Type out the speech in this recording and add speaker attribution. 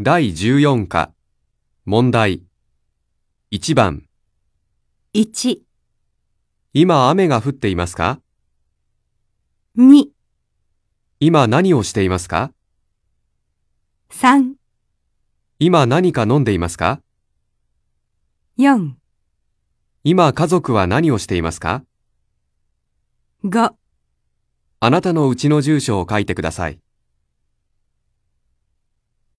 Speaker 1: 第14課、問題。1番、
Speaker 2: 1、
Speaker 1: 今雨が降っていますか
Speaker 2: 2、
Speaker 1: 今何をしていますか
Speaker 2: 3、
Speaker 1: 今何か飲んでいますか
Speaker 2: 4、
Speaker 1: 今家族は何をしていますか
Speaker 2: 5
Speaker 1: あなたのうちの住所を書いてください。